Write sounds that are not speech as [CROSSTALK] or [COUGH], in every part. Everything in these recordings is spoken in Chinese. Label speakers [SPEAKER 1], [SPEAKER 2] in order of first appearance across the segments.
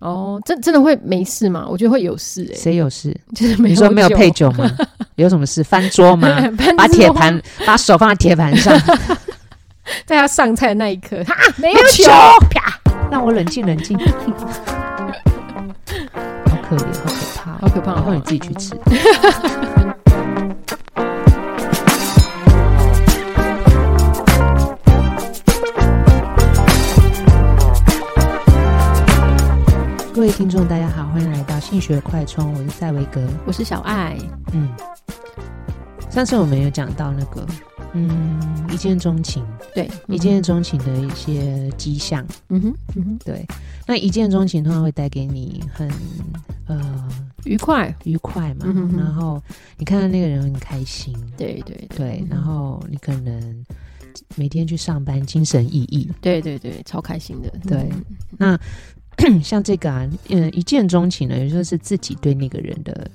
[SPEAKER 1] 哦，真真的会没事吗？我觉得会有事哎、
[SPEAKER 2] 谁有事？
[SPEAKER 1] 就是没
[SPEAKER 2] 你说没有
[SPEAKER 1] 酒 [LAUGHS]
[SPEAKER 2] 配酒吗？有什么事？翻桌吗？
[SPEAKER 1] 搬
[SPEAKER 2] 把
[SPEAKER 1] 桌
[SPEAKER 2] 铁盘，把手放在铁盘上，
[SPEAKER 1] 在他上菜的那一刻， [LAUGHS] 哈， [LAUGHS] 没有
[SPEAKER 2] 有
[SPEAKER 1] 酒
[SPEAKER 2] 酒，
[SPEAKER 1] 啪，
[SPEAKER 2] 让我冷静冷
[SPEAKER 1] [LAUGHS]
[SPEAKER 2] 静。好可怜，好
[SPEAKER 1] 好可
[SPEAKER 2] 可怕哦，
[SPEAKER 1] 怕
[SPEAKER 2] 然后你
[SPEAKER 1] 哦！
[SPEAKER 2] 自己去
[SPEAKER 1] [LAUGHS]
[SPEAKER 2] 吃。各位听众，大家好，欢迎来到性学快充，我是赛维格。
[SPEAKER 1] 我是小爱，
[SPEAKER 2] 嗯，上次我们有讲到那个，嗯，一见钟情，
[SPEAKER 1] 对，
[SPEAKER 2] 一见钟情的一些迹象。
[SPEAKER 1] 嗯哼，嗯哼，
[SPEAKER 2] 对，那一见钟情通常会带给你很呃
[SPEAKER 1] 愉快，
[SPEAKER 2] 愉快嘛，
[SPEAKER 1] 嗯哼哼
[SPEAKER 2] 然后你看到那个人很开心，
[SPEAKER 1] 对对对
[SPEAKER 2] 对，
[SPEAKER 1] 嗯
[SPEAKER 2] 然后你可能每天去上班精神奕奕。
[SPEAKER 1] 对对对，超开心的，
[SPEAKER 2] 对
[SPEAKER 1] 嗯
[SPEAKER 2] 像这个啊，嗯，一见钟情呢，也就是自己对那个人的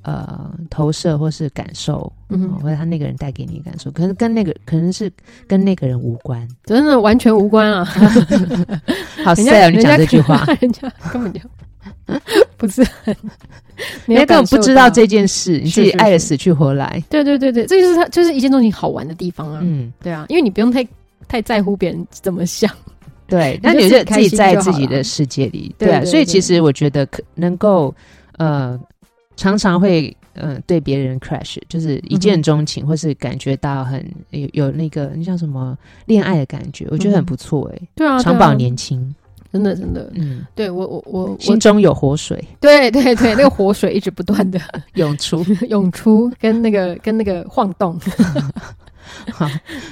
[SPEAKER 2] 呃投射或是感受，
[SPEAKER 1] 嗯哼
[SPEAKER 2] 哦或者他那个人带给你的感受，可是跟那个可能是跟那个人无关。
[SPEAKER 1] 真的完全无关啊！
[SPEAKER 2] 好
[SPEAKER 1] 嗯人
[SPEAKER 2] s
[SPEAKER 1] 家
[SPEAKER 2] a 你讲这句
[SPEAKER 1] 人家
[SPEAKER 2] [LAUGHS] 话，
[SPEAKER 1] [LAUGHS] 人家根本就不是很，
[SPEAKER 2] 人
[SPEAKER 1] 要
[SPEAKER 2] 家根本
[SPEAKER 1] 感受
[SPEAKER 2] 不知道
[SPEAKER 1] 到
[SPEAKER 2] 这件事，你
[SPEAKER 1] 是
[SPEAKER 2] 自己
[SPEAKER 1] 是
[SPEAKER 2] 爱的
[SPEAKER 1] 是
[SPEAKER 2] 死去活来。
[SPEAKER 1] 对对对对，这就是他就是一见钟情好玩的地方啊！
[SPEAKER 2] 嗯，
[SPEAKER 1] 对啊，因为你不用太太在乎别人怎么想，
[SPEAKER 2] 对，
[SPEAKER 1] 你
[SPEAKER 2] 那
[SPEAKER 1] 就
[SPEAKER 2] 你
[SPEAKER 1] 自己
[SPEAKER 2] 就
[SPEAKER 1] 开
[SPEAKER 2] 自己
[SPEAKER 1] 心
[SPEAKER 2] 在
[SPEAKER 1] 就
[SPEAKER 2] 自
[SPEAKER 1] 好
[SPEAKER 2] 己
[SPEAKER 1] 了
[SPEAKER 2] 的世界里，
[SPEAKER 1] 对
[SPEAKER 2] 对啊，
[SPEAKER 1] 对
[SPEAKER 2] 所以
[SPEAKER 1] 对
[SPEAKER 2] 其实我觉得可能够呃，常常会呃对别人 crash，就是一
[SPEAKER 1] 嗯
[SPEAKER 2] 见
[SPEAKER 1] 哼
[SPEAKER 2] 钟情，或是感觉到很有有那个那叫什么恋爱的感觉，我觉得
[SPEAKER 1] 嗯哼
[SPEAKER 2] 很不错哎、
[SPEAKER 1] 对啊，
[SPEAKER 2] 长
[SPEAKER 1] 对啊
[SPEAKER 2] 保，年轻，
[SPEAKER 1] 真的真的，
[SPEAKER 2] 嗯，
[SPEAKER 1] 对我我我我
[SPEAKER 2] 心，中有
[SPEAKER 1] [LAUGHS]
[SPEAKER 2] 活水
[SPEAKER 1] 对对对，那个活水一直不断的
[SPEAKER 2] 涌出。
[SPEAKER 1] 涌出，跟那个跟那个晃动，
[SPEAKER 2] 好，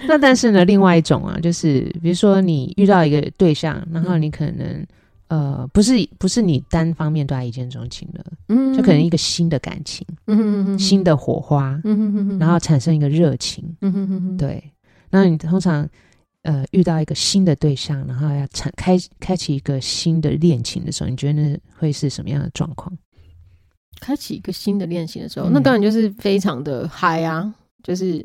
[SPEAKER 2] 那但是呢，另外一种啊，就是比如说你遇到一个对象，然后你可能。呃，不是不是你单方面对他一见钟情的，
[SPEAKER 1] 嗯，
[SPEAKER 2] 就可能一个新的感情、
[SPEAKER 1] 嗯嗯嗯
[SPEAKER 2] 新的火花，
[SPEAKER 1] 嗯嗯嗯，
[SPEAKER 2] 然后产生一个热情。
[SPEAKER 1] 嗯嗯嗯，
[SPEAKER 2] 对，那你通常呃遇到一个新的对象，然后要产开开启一个新的恋情的时候，你觉得那会是什么样的状况？
[SPEAKER 1] 开启一个新的练习的时候，
[SPEAKER 2] 嗯
[SPEAKER 1] 那当然就是非常的嗨啊，就是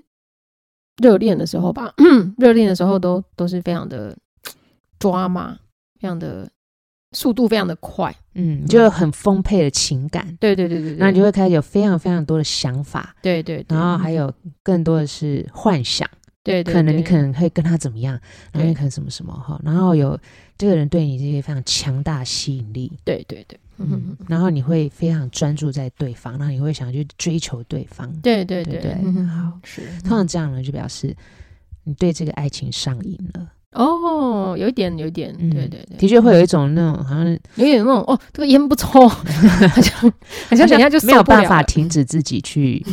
[SPEAKER 1] 热恋的时候吧，热恋的时候都都是非常的抓嘛，非常的速度非常的快，
[SPEAKER 2] 嗯，就有很丰沛的情感，
[SPEAKER 1] 对对对对，对
[SPEAKER 2] 那你就会开始有非常非常多的想法，
[SPEAKER 1] 对对，对
[SPEAKER 2] 然后还有更多的是幻想，
[SPEAKER 1] 对对，
[SPEAKER 2] 可能你
[SPEAKER 1] 对
[SPEAKER 2] 可能会跟他怎么样，然后
[SPEAKER 1] 对
[SPEAKER 2] 你可能什么什么哈，然后有这个人对你是一个非常强大的吸引力，
[SPEAKER 1] 对对对，嗯
[SPEAKER 2] 嗯，，然后你会非常专注在对方，然后你会想去追求对方，
[SPEAKER 1] 对对
[SPEAKER 2] 对
[SPEAKER 1] 对
[SPEAKER 2] 对，
[SPEAKER 1] 嗯
[SPEAKER 2] 好
[SPEAKER 1] 是
[SPEAKER 2] 通常这样呢，就表示你对这个爱情上瘾了。
[SPEAKER 1] 哦，有一点有一点，
[SPEAKER 2] 嗯
[SPEAKER 1] 对对对，
[SPEAKER 2] 的确会有一种那种好像
[SPEAKER 1] 有点那种哦，这个烟不抽， [LAUGHS] 好像好像等一下就
[SPEAKER 2] 没有
[SPEAKER 1] 受不了
[SPEAKER 2] 办法
[SPEAKER 1] 了
[SPEAKER 2] 停止自己去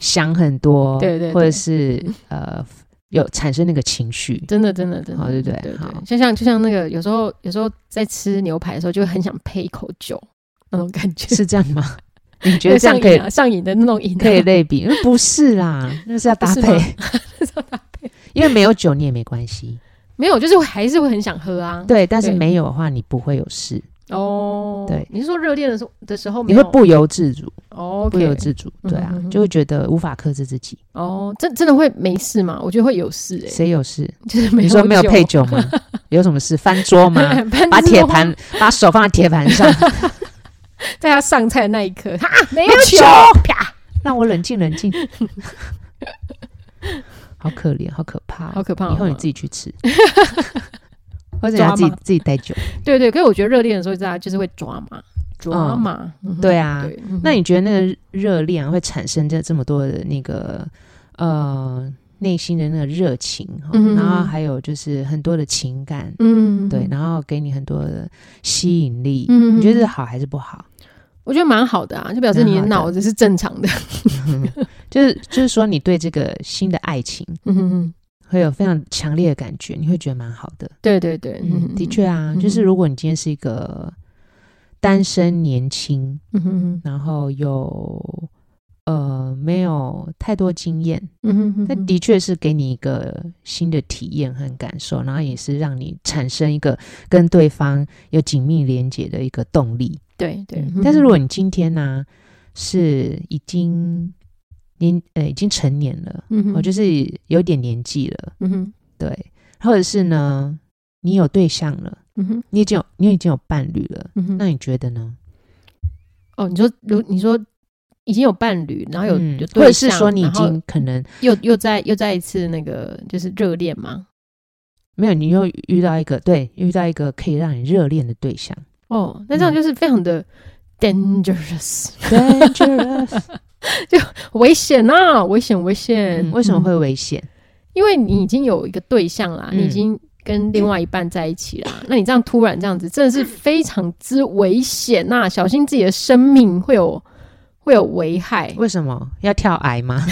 [SPEAKER 2] 想很多，
[SPEAKER 1] [LAUGHS] 对对对
[SPEAKER 2] 或者是呃有产生那个情绪。
[SPEAKER 1] 真的，真的，真的，
[SPEAKER 2] 好对不
[SPEAKER 1] 对
[SPEAKER 2] 对好
[SPEAKER 1] 就像就像那个，有时候有时候在吃牛排的时候，就会很想配一口酒那种感觉，
[SPEAKER 2] 是这样
[SPEAKER 1] [LAUGHS]
[SPEAKER 2] 吗？你觉得这
[SPEAKER 1] 上
[SPEAKER 2] 样可
[SPEAKER 1] 瘾
[SPEAKER 2] 以
[SPEAKER 1] 啊，上瘾的那种瘾啊，
[SPEAKER 2] 可以类
[SPEAKER 1] [LAUGHS]
[SPEAKER 2] 比？那不是啦，那是要搭
[SPEAKER 1] 哦不是吗
[SPEAKER 2] 配，
[SPEAKER 1] [LAUGHS]
[SPEAKER 2] 因为没有酒你也没关系，
[SPEAKER 1] 没有，就是还是会很想喝啊。
[SPEAKER 2] 对，但是
[SPEAKER 1] 对
[SPEAKER 2] 没有的话你不会有事，
[SPEAKER 1] 哦，
[SPEAKER 2] 对
[SPEAKER 1] 你是说热恋的时候的时候哦没
[SPEAKER 2] 你
[SPEAKER 1] 有，
[SPEAKER 2] 会不由自主，
[SPEAKER 1] 哦
[SPEAKER 2] 不由自主，
[SPEAKER 1] 嗯
[SPEAKER 2] 对啊
[SPEAKER 1] 嗯嗯，
[SPEAKER 2] 就会觉得无法克制自己。
[SPEAKER 1] 哦，真真的会没事吗？我觉得会有事哎，
[SPEAKER 2] 谁有事？
[SPEAKER 1] 就是没
[SPEAKER 2] 你
[SPEAKER 1] 有
[SPEAKER 2] 说没有
[SPEAKER 1] 酒 [LAUGHS]
[SPEAKER 2] 配酒吗？有什么事？翻桌吗？
[SPEAKER 1] 搬
[SPEAKER 2] 把
[SPEAKER 1] 之
[SPEAKER 2] 铁
[SPEAKER 1] 后 [LAUGHS]
[SPEAKER 2] 盘，把手放在铁盘上，
[SPEAKER 1] 在他上菜的那一刻，哈， [LAUGHS] 没有
[SPEAKER 2] 没有
[SPEAKER 1] 酒
[SPEAKER 2] 酒，啪，让我冷静冷
[SPEAKER 1] [LAUGHS]
[SPEAKER 2] 静。好可怜，好可怕哦、
[SPEAKER 1] 好可怕哦
[SPEAKER 2] 以后你自己去
[SPEAKER 1] [LAUGHS]
[SPEAKER 2] 吃，或者你
[SPEAKER 1] 抓嗯
[SPEAKER 2] 要自己
[SPEAKER 1] 吗
[SPEAKER 2] 自己带酒。
[SPEAKER 1] 对对，可是我觉得热恋的时候，大家就是会抓嘛，抓嘛，嗯哼
[SPEAKER 2] 嗯对啊，
[SPEAKER 1] 对，嗯哼
[SPEAKER 2] 那你觉得那个热恋啊会产生这这么多的那个呃内心的那个热情、哦
[SPEAKER 1] 嗯
[SPEAKER 2] 然后还有就是很多的情感，
[SPEAKER 1] 嗯，
[SPEAKER 2] 对，然后给你很多的吸引力，
[SPEAKER 1] 嗯
[SPEAKER 2] 你觉得这好还是不好？ [LAUGHS]
[SPEAKER 1] 我觉得蛮好的啊，就表示你的
[SPEAKER 2] 蛮好的
[SPEAKER 1] 脑子是正常
[SPEAKER 2] [LAUGHS]
[SPEAKER 1] 的。
[SPEAKER 2] 就是就是说，你对这个新的爱情
[SPEAKER 1] 嗯哼哼，
[SPEAKER 2] 会有非常强烈的感觉，你会觉得蛮好的。
[SPEAKER 1] 对对对，
[SPEAKER 2] 嗯，的，确啊，
[SPEAKER 1] 嗯
[SPEAKER 2] 就是如果你今天是一个单身、年轻，
[SPEAKER 1] 嗯哼哼，
[SPEAKER 2] 然后又呃没有太多经验，
[SPEAKER 1] 嗯哼哼，
[SPEAKER 2] 那的确是给你一个新的体验和感受，然后也是让你产生一个跟对方有紧密连接的一个动力。
[SPEAKER 1] 对对
[SPEAKER 2] 嗯，但是如果你今天呢、是已经年呃已经成年了。哦
[SPEAKER 1] 嗯哼
[SPEAKER 2] 我就是有点年纪了，
[SPEAKER 1] 嗯哼
[SPEAKER 2] 对，或者是呢，你有对象了，
[SPEAKER 1] 嗯哼，
[SPEAKER 2] 你已经有你已经有伴侣了，
[SPEAKER 1] 嗯哼，
[SPEAKER 2] 那你觉得呢？
[SPEAKER 1] 哦，你说如你说已经有伴侣，然后有、
[SPEAKER 2] 嗯
[SPEAKER 1] 有对
[SPEAKER 2] 或者是
[SPEAKER 1] 象
[SPEAKER 2] 说你已
[SPEAKER 1] 然后
[SPEAKER 2] 经可能
[SPEAKER 1] 又又再又再一次那个就是热恋吗？
[SPEAKER 2] 没有，你又遇到一个对遇到一个可以让你热恋的
[SPEAKER 1] [LAUGHS]
[SPEAKER 2] 对象
[SPEAKER 1] 哦，那这样
[SPEAKER 2] 嗯
[SPEAKER 1] 就是非常的 dangerous，、
[SPEAKER 2] ，dangerous，
[SPEAKER 1] 危险啊，危险危险、
[SPEAKER 2] 嗯为什么
[SPEAKER 1] 嗯
[SPEAKER 2] 会危险？
[SPEAKER 1] 因为你已经有一个对象啦，
[SPEAKER 2] 嗯
[SPEAKER 1] 你已经跟另外一半在一起啦，那你这样突然这样子，真的是非常之危险呐、小心自己的生命会有会有危害，
[SPEAKER 2] 为什么要跳崖
[SPEAKER 1] [LAUGHS]
[SPEAKER 2] 吗？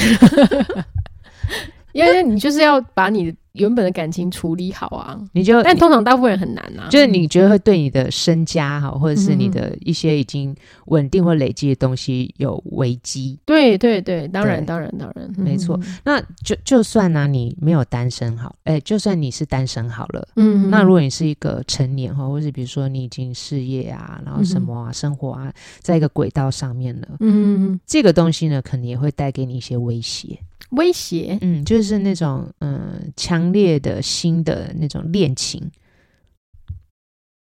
[SPEAKER 1] 因为你就是要把你原本的感情处理好啊。
[SPEAKER 2] 你就
[SPEAKER 1] 但通常大部分人很难啊，
[SPEAKER 2] 就是你觉得会对你的身家哈，或者是你
[SPEAKER 1] 嗯
[SPEAKER 2] 的一些已经稳定或累积的东西有危机。
[SPEAKER 1] 对对对，当然
[SPEAKER 2] 对
[SPEAKER 1] 当然当然，
[SPEAKER 2] 没错那就就算呢、啊你没有单身好，哎、就算你是单身好了，
[SPEAKER 1] 嗯，嗯，
[SPEAKER 2] 那如果你是一个成年哈，或是比如说你已经事业啊，然后什
[SPEAKER 1] 嗯
[SPEAKER 2] 么啊，生活啊，在一个轨道上面了，
[SPEAKER 1] 嗯嗯嗯
[SPEAKER 2] 这个东西呢，可能也会带给你一些威胁。
[SPEAKER 1] 威胁
[SPEAKER 2] 嗯，就是那种嗯强烈的新的那种恋情，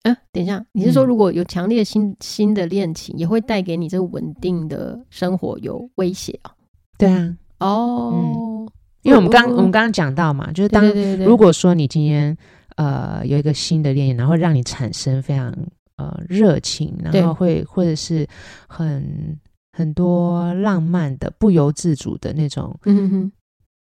[SPEAKER 1] 啊，等一下，你是说
[SPEAKER 2] 嗯
[SPEAKER 1] 如果有强烈新新的恋情，也会带给你这稳定的生活有威胁哦？
[SPEAKER 2] 对啊，
[SPEAKER 1] 哦，
[SPEAKER 2] 因为我们刚、
[SPEAKER 1] 哦
[SPEAKER 2] 我们刚刚讲到嘛，就是当
[SPEAKER 1] 对对对对
[SPEAKER 2] 如果说你今天呃有一个新的恋情，然后让你产生非常呃热情，
[SPEAKER 1] 对
[SPEAKER 2] 然后会或者是很很多浪漫的、不由自主的那种
[SPEAKER 1] 嗯哼哼，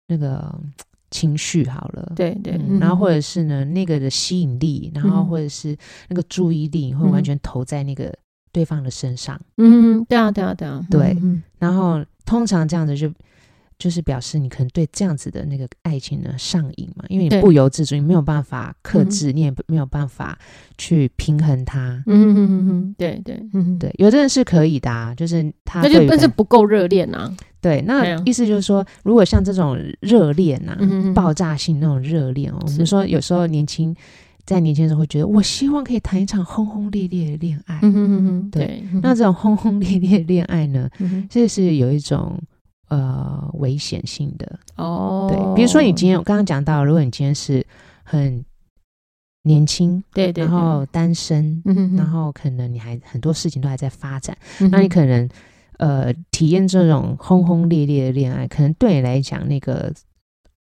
[SPEAKER 2] 那个嗯情绪好了。
[SPEAKER 1] 对对，
[SPEAKER 2] 嗯然后或
[SPEAKER 1] 者
[SPEAKER 2] 者是呢，那个的吸引力，然后
[SPEAKER 1] 嗯
[SPEAKER 2] 或者是那个注意力，你会
[SPEAKER 1] 嗯
[SPEAKER 2] 完全投在那个对方的身上，
[SPEAKER 1] 嗯，对啊对啊对啊，
[SPEAKER 2] 对
[SPEAKER 1] 嗯
[SPEAKER 2] 然后通常这样子就就是表示你可能对这样子的那个爱情呢上瘾嘛，因为
[SPEAKER 1] 对
[SPEAKER 2] 你不由自主，你没有办法克制，你也没有办法去平衡它。
[SPEAKER 1] 嗯嗯嗯嗯，对对嗯，
[SPEAKER 2] 对，有的人是可以的、啊，就是他
[SPEAKER 1] 那
[SPEAKER 2] 对
[SPEAKER 1] 就
[SPEAKER 2] 于
[SPEAKER 1] 但是
[SPEAKER 2] 感
[SPEAKER 1] 不够热恋啊，
[SPEAKER 2] 对，
[SPEAKER 1] 对
[SPEAKER 2] 那
[SPEAKER 1] 啊
[SPEAKER 2] 意思就是说，如果像这种热恋啊，
[SPEAKER 1] 嗯嗯嗯
[SPEAKER 2] 爆炸性那种热恋哦，我
[SPEAKER 1] 是
[SPEAKER 2] 们说有时候年轻在年轻的时候会觉得，我希望可以谈一场轰轰烈烈的恋爱。
[SPEAKER 1] 嗯哼哼哼，
[SPEAKER 2] 对
[SPEAKER 1] 对，
[SPEAKER 2] 那这种轰轰烈烈的恋爱呢，
[SPEAKER 1] 嗯哼
[SPEAKER 2] 这是有一种呃危险性的，
[SPEAKER 1] 哦，
[SPEAKER 2] 对，比如说你今天我刚刚讲到，如果你今天是很年轻，
[SPEAKER 1] 对对，
[SPEAKER 2] 然后单身，
[SPEAKER 1] 对嗯哼哼，
[SPEAKER 2] 然后可能你还很多事情都还在发展，
[SPEAKER 1] 嗯哼
[SPEAKER 2] 那你可能呃体验这种轰轰烈烈的恋爱，可能对你来讲那个。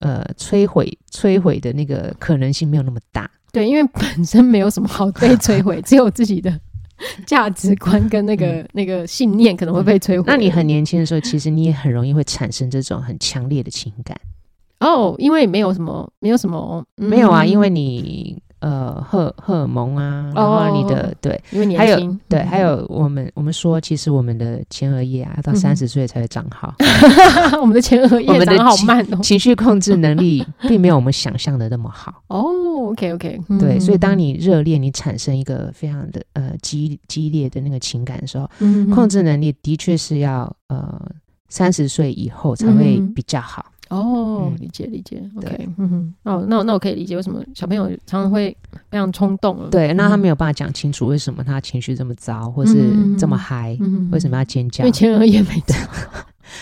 [SPEAKER 2] 呃，摧毁摧毁的那个可能性没有那么大，
[SPEAKER 1] 对，因为本身没有什么好被摧毁，只有自己的 [LAUGHS] 价值观跟那个那个信念可能会被摧毁。
[SPEAKER 2] 嗯那你很年轻的时候，其实你也很容易会产生这种很强烈的情感。
[SPEAKER 1] 哦，因为没有什么，没有什么，嗯
[SPEAKER 2] 没有啊，因为你呃荷荷尔蒙啊，然后你的、
[SPEAKER 1] 哦
[SPEAKER 2] 对
[SPEAKER 1] 因为年
[SPEAKER 2] 还有
[SPEAKER 1] 轻，
[SPEAKER 2] 对，
[SPEAKER 1] 嗯
[SPEAKER 2] 还有我们我们说，其实我们的前额叶啊，到
[SPEAKER 1] 嗯哼
[SPEAKER 2] 三十岁才会长好，
[SPEAKER 1] [LAUGHS] [LAUGHS] 我们的前额
[SPEAKER 2] 我
[SPEAKER 1] 叶长
[SPEAKER 2] 们的
[SPEAKER 1] 得好
[SPEAKER 2] 情
[SPEAKER 1] 慢哦。
[SPEAKER 2] 情绪控制能力 [LAUGHS] 并没有我们想象的那么好。
[SPEAKER 1] 哦，OK OK，
[SPEAKER 2] 对，所以当
[SPEAKER 1] 你
[SPEAKER 2] 你热恋，你产生一个非常的呃激激烈的那个情感的时候，
[SPEAKER 1] 嗯
[SPEAKER 2] 控
[SPEAKER 1] 控
[SPEAKER 2] 制能力的确是要呃三十岁以后才会
[SPEAKER 1] 嗯哼
[SPEAKER 2] 比较好。
[SPEAKER 1] 哦，
[SPEAKER 2] 嗯
[SPEAKER 1] 理解理解，OK，
[SPEAKER 2] 对
[SPEAKER 1] 嗯哼，哦，那那我可以理解为什么小朋友常常会非常冲动了，，
[SPEAKER 2] 对，那他没有办法讲清楚为什么他情绪这么糟，或是这么嗨。
[SPEAKER 1] 嗯
[SPEAKER 2] 为什么要尖叫
[SPEAKER 1] 因为？前额叶没长。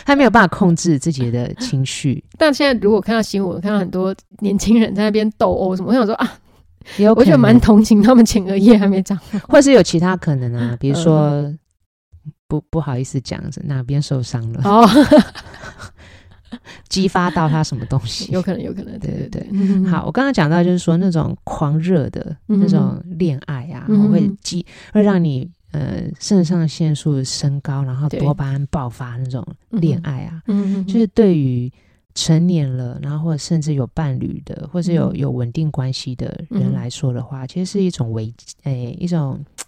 [SPEAKER 2] 他没有办法控制自己的情绪，
[SPEAKER 1] [LAUGHS] 但现在如果看到新闻，看到很多年轻人在那边斗殴什么，我想说啊，
[SPEAKER 2] 也有
[SPEAKER 1] [LAUGHS] 我觉得
[SPEAKER 2] 可能
[SPEAKER 1] 蛮同情他们前额叶还没
[SPEAKER 2] [LAUGHS]
[SPEAKER 1] 长。
[SPEAKER 2] 或是有其他可能
[SPEAKER 1] 嗯
[SPEAKER 2] 啊，比如说、不不好意思讲哪边受伤了，
[SPEAKER 1] 哦，
[SPEAKER 2] [LAUGHS] 激发到他什么东
[SPEAKER 1] [LAUGHS]
[SPEAKER 2] 西。
[SPEAKER 1] 有可能，有可能，对嗯
[SPEAKER 2] 对
[SPEAKER 1] 对
[SPEAKER 2] 对
[SPEAKER 1] 对，
[SPEAKER 2] 好，我刚刚讲到就是说那种狂热的、
[SPEAKER 1] 嗯
[SPEAKER 2] 那种恋爱啊，
[SPEAKER 1] 嗯
[SPEAKER 2] 会激会让你呃肾上腺素升高，然后
[SPEAKER 1] 对
[SPEAKER 2] 多巴胺爆发那种恋爱啊，
[SPEAKER 1] 嗯，嗯，嗯
[SPEAKER 2] 就是对于。成年了，然后或者甚至有伴侣的，或是有
[SPEAKER 1] 嗯
[SPEAKER 2] 有稳定关系的
[SPEAKER 1] 嗯
[SPEAKER 2] 人来说的话，其实是一种危，诶、一种嘖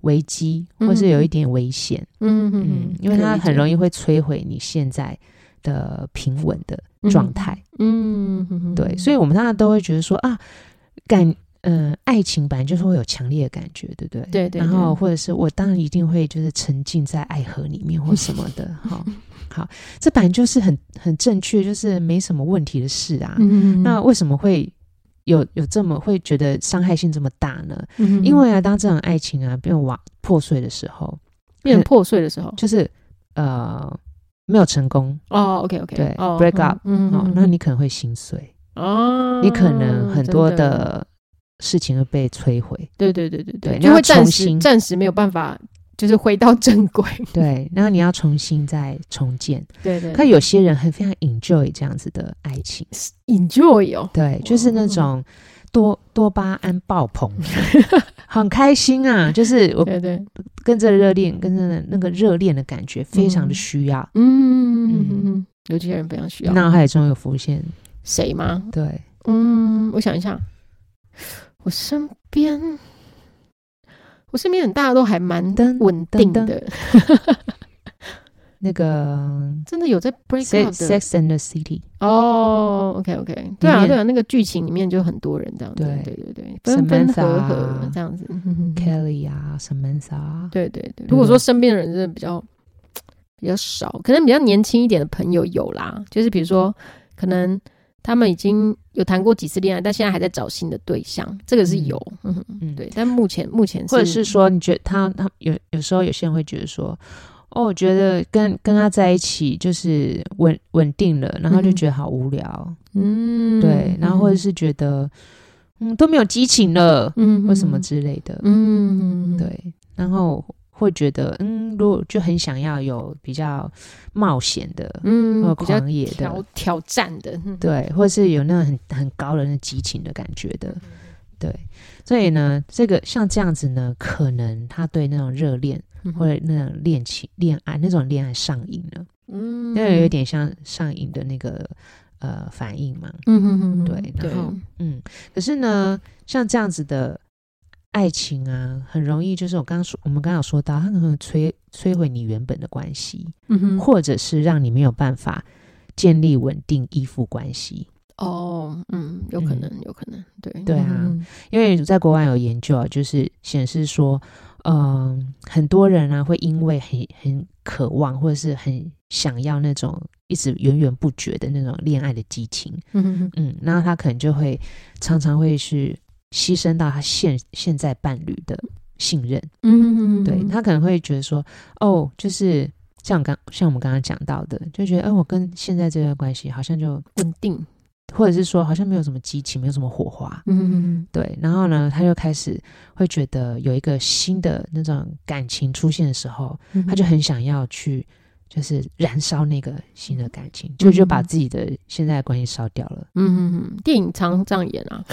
[SPEAKER 2] 危机，或是有一点危险。
[SPEAKER 1] 嗯嗯
[SPEAKER 2] 嗯，因为它很容易会摧毁你现在的平稳的状，态。
[SPEAKER 1] 嗯可以理解嗯嗯，嗯
[SPEAKER 2] 对，所以我们大家都会觉得说啊，感呃，爱情本来就是会有强烈的感觉，对不对？
[SPEAKER 1] 对对
[SPEAKER 2] 然
[SPEAKER 1] 对
[SPEAKER 2] 后或者是我当然一定会就是沉浸在爱河里面或什么的，
[SPEAKER 1] [LAUGHS]
[SPEAKER 2] 哈、好，这本来就是很很正确，就是没什么问题的事啊。
[SPEAKER 1] 嗯，嗯
[SPEAKER 2] 那为什么会？有有这么会觉得伤害性这么大呢？
[SPEAKER 1] 嗯嗯
[SPEAKER 2] 因为啊，当这种爱情啊变瓦破碎的时候，
[SPEAKER 1] 变成破碎的时候，
[SPEAKER 2] 就是呃没有成功，
[SPEAKER 1] 哦，OK OK，
[SPEAKER 2] 对
[SPEAKER 1] 哦
[SPEAKER 2] break up，
[SPEAKER 1] 嗯，嗯
[SPEAKER 2] 哦
[SPEAKER 1] 嗯，
[SPEAKER 2] 那你可能会心碎，
[SPEAKER 1] 哦，
[SPEAKER 2] 你可能很多
[SPEAKER 1] 真的，
[SPEAKER 2] 的事情而被
[SPEAKER 1] [LAUGHS]
[SPEAKER 2] 摧毁。
[SPEAKER 1] 对对对对
[SPEAKER 2] 对
[SPEAKER 1] 就会
[SPEAKER 2] 那要
[SPEAKER 1] 暂
[SPEAKER 2] 重
[SPEAKER 1] 时
[SPEAKER 2] 新
[SPEAKER 1] 暂时没有办法，就是回到正
[SPEAKER 2] [LAUGHS]
[SPEAKER 1] 轨。
[SPEAKER 2] 对，然后你要重新再重建。
[SPEAKER 1] 对嗯对
[SPEAKER 2] 可
[SPEAKER 1] 可以
[SPEAKER 2] 有些人很非常 enjoy 这样子的爱情，
[SPEAKER 1] enjoy 哦，
[SPEAKER 2] 对，就是那种多多巴胺爆
[SPEAKER 1] [LAUGHS]
[SPEAKER 2] 棚，很开心啊！就是我
[SPEAKER 1] 对对，
[SPEAKER 2] 跟着热恋，跟着那个热恋的感觉，非常
[SPEAKER 1] 嗯
[SPEAKER 2] 的需要。
[SPEAKER 1] 嗯嗯嗯嗯，有些人非常需要。
[SPEAKER 2] 脑海中有浮现，
[SPEAKER 1] 谁吗？
[SPEAKER 2] 对，
[SPEAKER 1] 嗯，我想一下，我身边，我身边很大家都还蛮
[SPEAKER 2] 噔
[SPEAKER 1] 稳定
[SPEAKER 2] 噔
[SPEAKER 1] 的，
[SPEAKER 2] 那个
[SPEAKER 1] 真的有在
[SPEAKER 2] 《
[SPEAKER 1] break
[SPEAKER 2] Sex
[SPEAKER 1] up 的
[SPEAKER 2] Sex and the City》
[SPEAKER 1] 哦。OK OK，对
[SPEAKER 2] 里
[SPEAKER 1] 啊
[SPEAKER 2] 面
[SPEAKER 1] 对啊，那个剧情里面就很多人这样子，
[SPEAKER 2] 对
[SPEAKER 1] 对对对，分分合
[SPEAKER 2] Samantha
[SPEAKER 1] 合这样子。嗯
[SPEAKER 2] Kelly 啊，Samantha 啊，
[SPEAKER 1] 对对对，如果说身边的人真的比较比较少，可能比较年轻一点的朋友有啦，就是比如说可能他们已经有谈过几次恋爱，但现在还在找新的对象，这个是有，嗯哼
[SPEAKER 2] 嗯，
[SPEAKER 1] 对，但目前目前
[SPEAKER 2] 或者是
[SPEAKER 1] 嗯
[SPEAKER 2] 说，你觉得他他有有时候有些人会觉得说，哦，我
[SPEAKER 1] 嗯
[SPEAKER 2] 觉得跟跟他在一起就是稳稳定了，然后就
[SPEAKER 1] 嗯
[SPEAKER 2] 觉得好无聊，
[SPEAKER 1] 嗯
[SPEAKER 2] 对，然后或者是觉得嗯都没有激情了，
[SPEAKER 1] 嗯
[SPEAKER 2] 或什么之类的，
[SPEAKER 1] 嗯，
[SPEAKER 2] 对，然后会觉得嗯，如果就很想要有比较冒险的，呃
[SPEAKER 1] 嗯，比较
[SPEAKER 2] 狂野的
[SPEAKER 1] 挑挑战的，嗯
[SPEAKER 2] 对，或是有那种很很高的那激情的感觉
[SPEAKER 1] 嗯
[SPEAKER 2] 的。对，所以呢，这个像这样子呢，可能他对那种热恋
[SPEAKER 1] 嗯
[SPEAKER 2] 或者那种恋情、恋爱那种恋爱上瘾了，
[SPEAKER 1] 嗯，
[SPEAKER 2] 因为有点像上瘾的那个呃反应嘛。
[SPEAKER 1] 嗯哼哼哼，
[SPEAKER 2] 对然后嗯，可是呢，像这样子的爱情啊，很容易就是我刚刚说，我们刚刚有说到，它可能摧摧毁你原本的关系，
[SPEAKER 1] 嗯哼，
[SPEAKER 2] 或者是让你没有办法建立稳定依附关系。
[SPEAKER 1] 哦，嗯，有可能，有可能，对，
[SPEAKER 2] 对啊
[SPEAKER 1] 嗯
[SPEAKER 2] 因为在国外有研究啊，就是显示说，嗯、很多人啊会因为很很渴望或者是很想要那种一直源源不绝的那种恋爱的激情，
[SPEAKER 1] 哼哼哼
[SPEAKER 2] 嗯，那他可能就会常常会是牺牲到他现现在伴侣的信任，
[SPEAKER 1] 嗯哼哼哼，
[SPEAKER 2] 对他可能会觉得说，哦，就是像刚像我们刚刚讲到的，就觉得，哎、我跟现在这段关系好像就，
[SPEAKER 1] 稳定，
[SPEAKER 2] 或者是说好像没有什么激情，没有什么火花，
[SPEAKER 1] 嗯哼哼哼。
[SPEAKER 2] 对，然后呢，他就开始会觉得有一个新的那种感情出现的时候，
[SPEAKER 1] 嗯
[SPEAKER 2] 他就很想要去，就是燃烧那个新的感情，就就把
[SPEAKER 1] 嗯
[SPEAKER 2] 自己的现在的关系烧掉了。
[SPEAKER 1] 嗯，啊嗯嗯电影常这样演啊，